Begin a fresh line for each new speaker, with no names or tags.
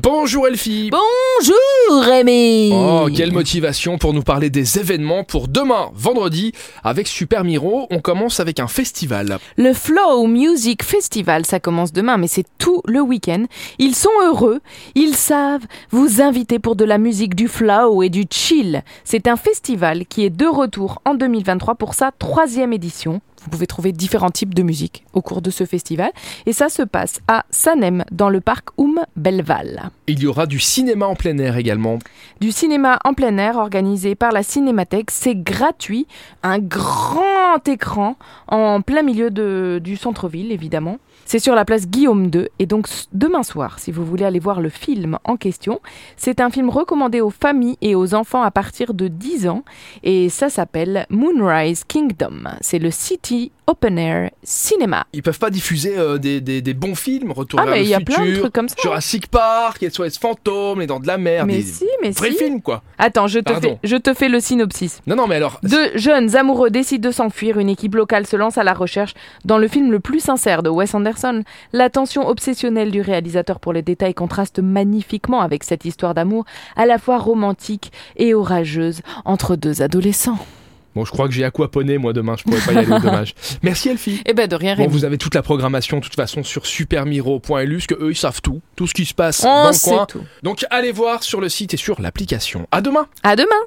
Bonjour Elfie
Bonjour Rémi
Oh, quelle motivation pour nous parler des événements pour demain, vendredi, avec Super Miro. On commence avec un festival.
Le Flow Music Festival, ça commence demain, mais c'est tout le week-end. Ils sont heureux, ils savent vous inviter pour de la musique du flow et du chill. C'est un festival qui est de retour en 2023 pour sa troisième édition. Vous pouvez trouver différents types de musique au cours de ce festival. Et ça se passe à Sanem, dans le parc Oum Belval.
Il y aura du cinéma en plein air également.
Du cinéma en plein air organisé par la Cinémathèque, c'est gratuit, un grand écran en plein milieu de- du centre-ville évidemment. C'est sur la place Guillaume II et donc s- demain soir, si vous voulez aller voir le film en question, c'est un film recommandé aux familles et aux enfants à partir de 10 ans et ça s'appelle Moonrise Kingdom. C'est le City Open Air Cinéma.
Ils peuvent pas diffuser euh, des, des- des bons films, Retour
Ah
vers
mais
le
il y a
futur,
plein de trucs comme ça.
Jurassic Park, SOS Fantôme, Les Dents de la Mer,
Mais
des
si, mais
vrais
si.
films quoi.
Attends, je te,
Pardon.
fais, je te fais le synopsis.
Non, non, mais alors...
Deux jeunes amoureux décident de s'enfuir, une équipe locale se lance à la recherche. Dans le film le plus sincère de Wes Anderson, la tension obsessionnelle du réalisateur pour les détails contraste magnifiquement avec cette histoire d'amour à la fois romantique et orageuse entre deux adolescents.
Bon, je crois que j'ai aquaponé moi demain, je pourrais pas y aller, dommage. Merci Elfie
Eh ben de rien,
Bon,
Rémi.
vous avez toute la programmation de toute façon sur supermiro.lu, parce que eux ils savent tout, tout ce qui se passe dans
On
le
sait
coin.
tout.
Donc allez voir sur le site et sur l'application. À demain
À demain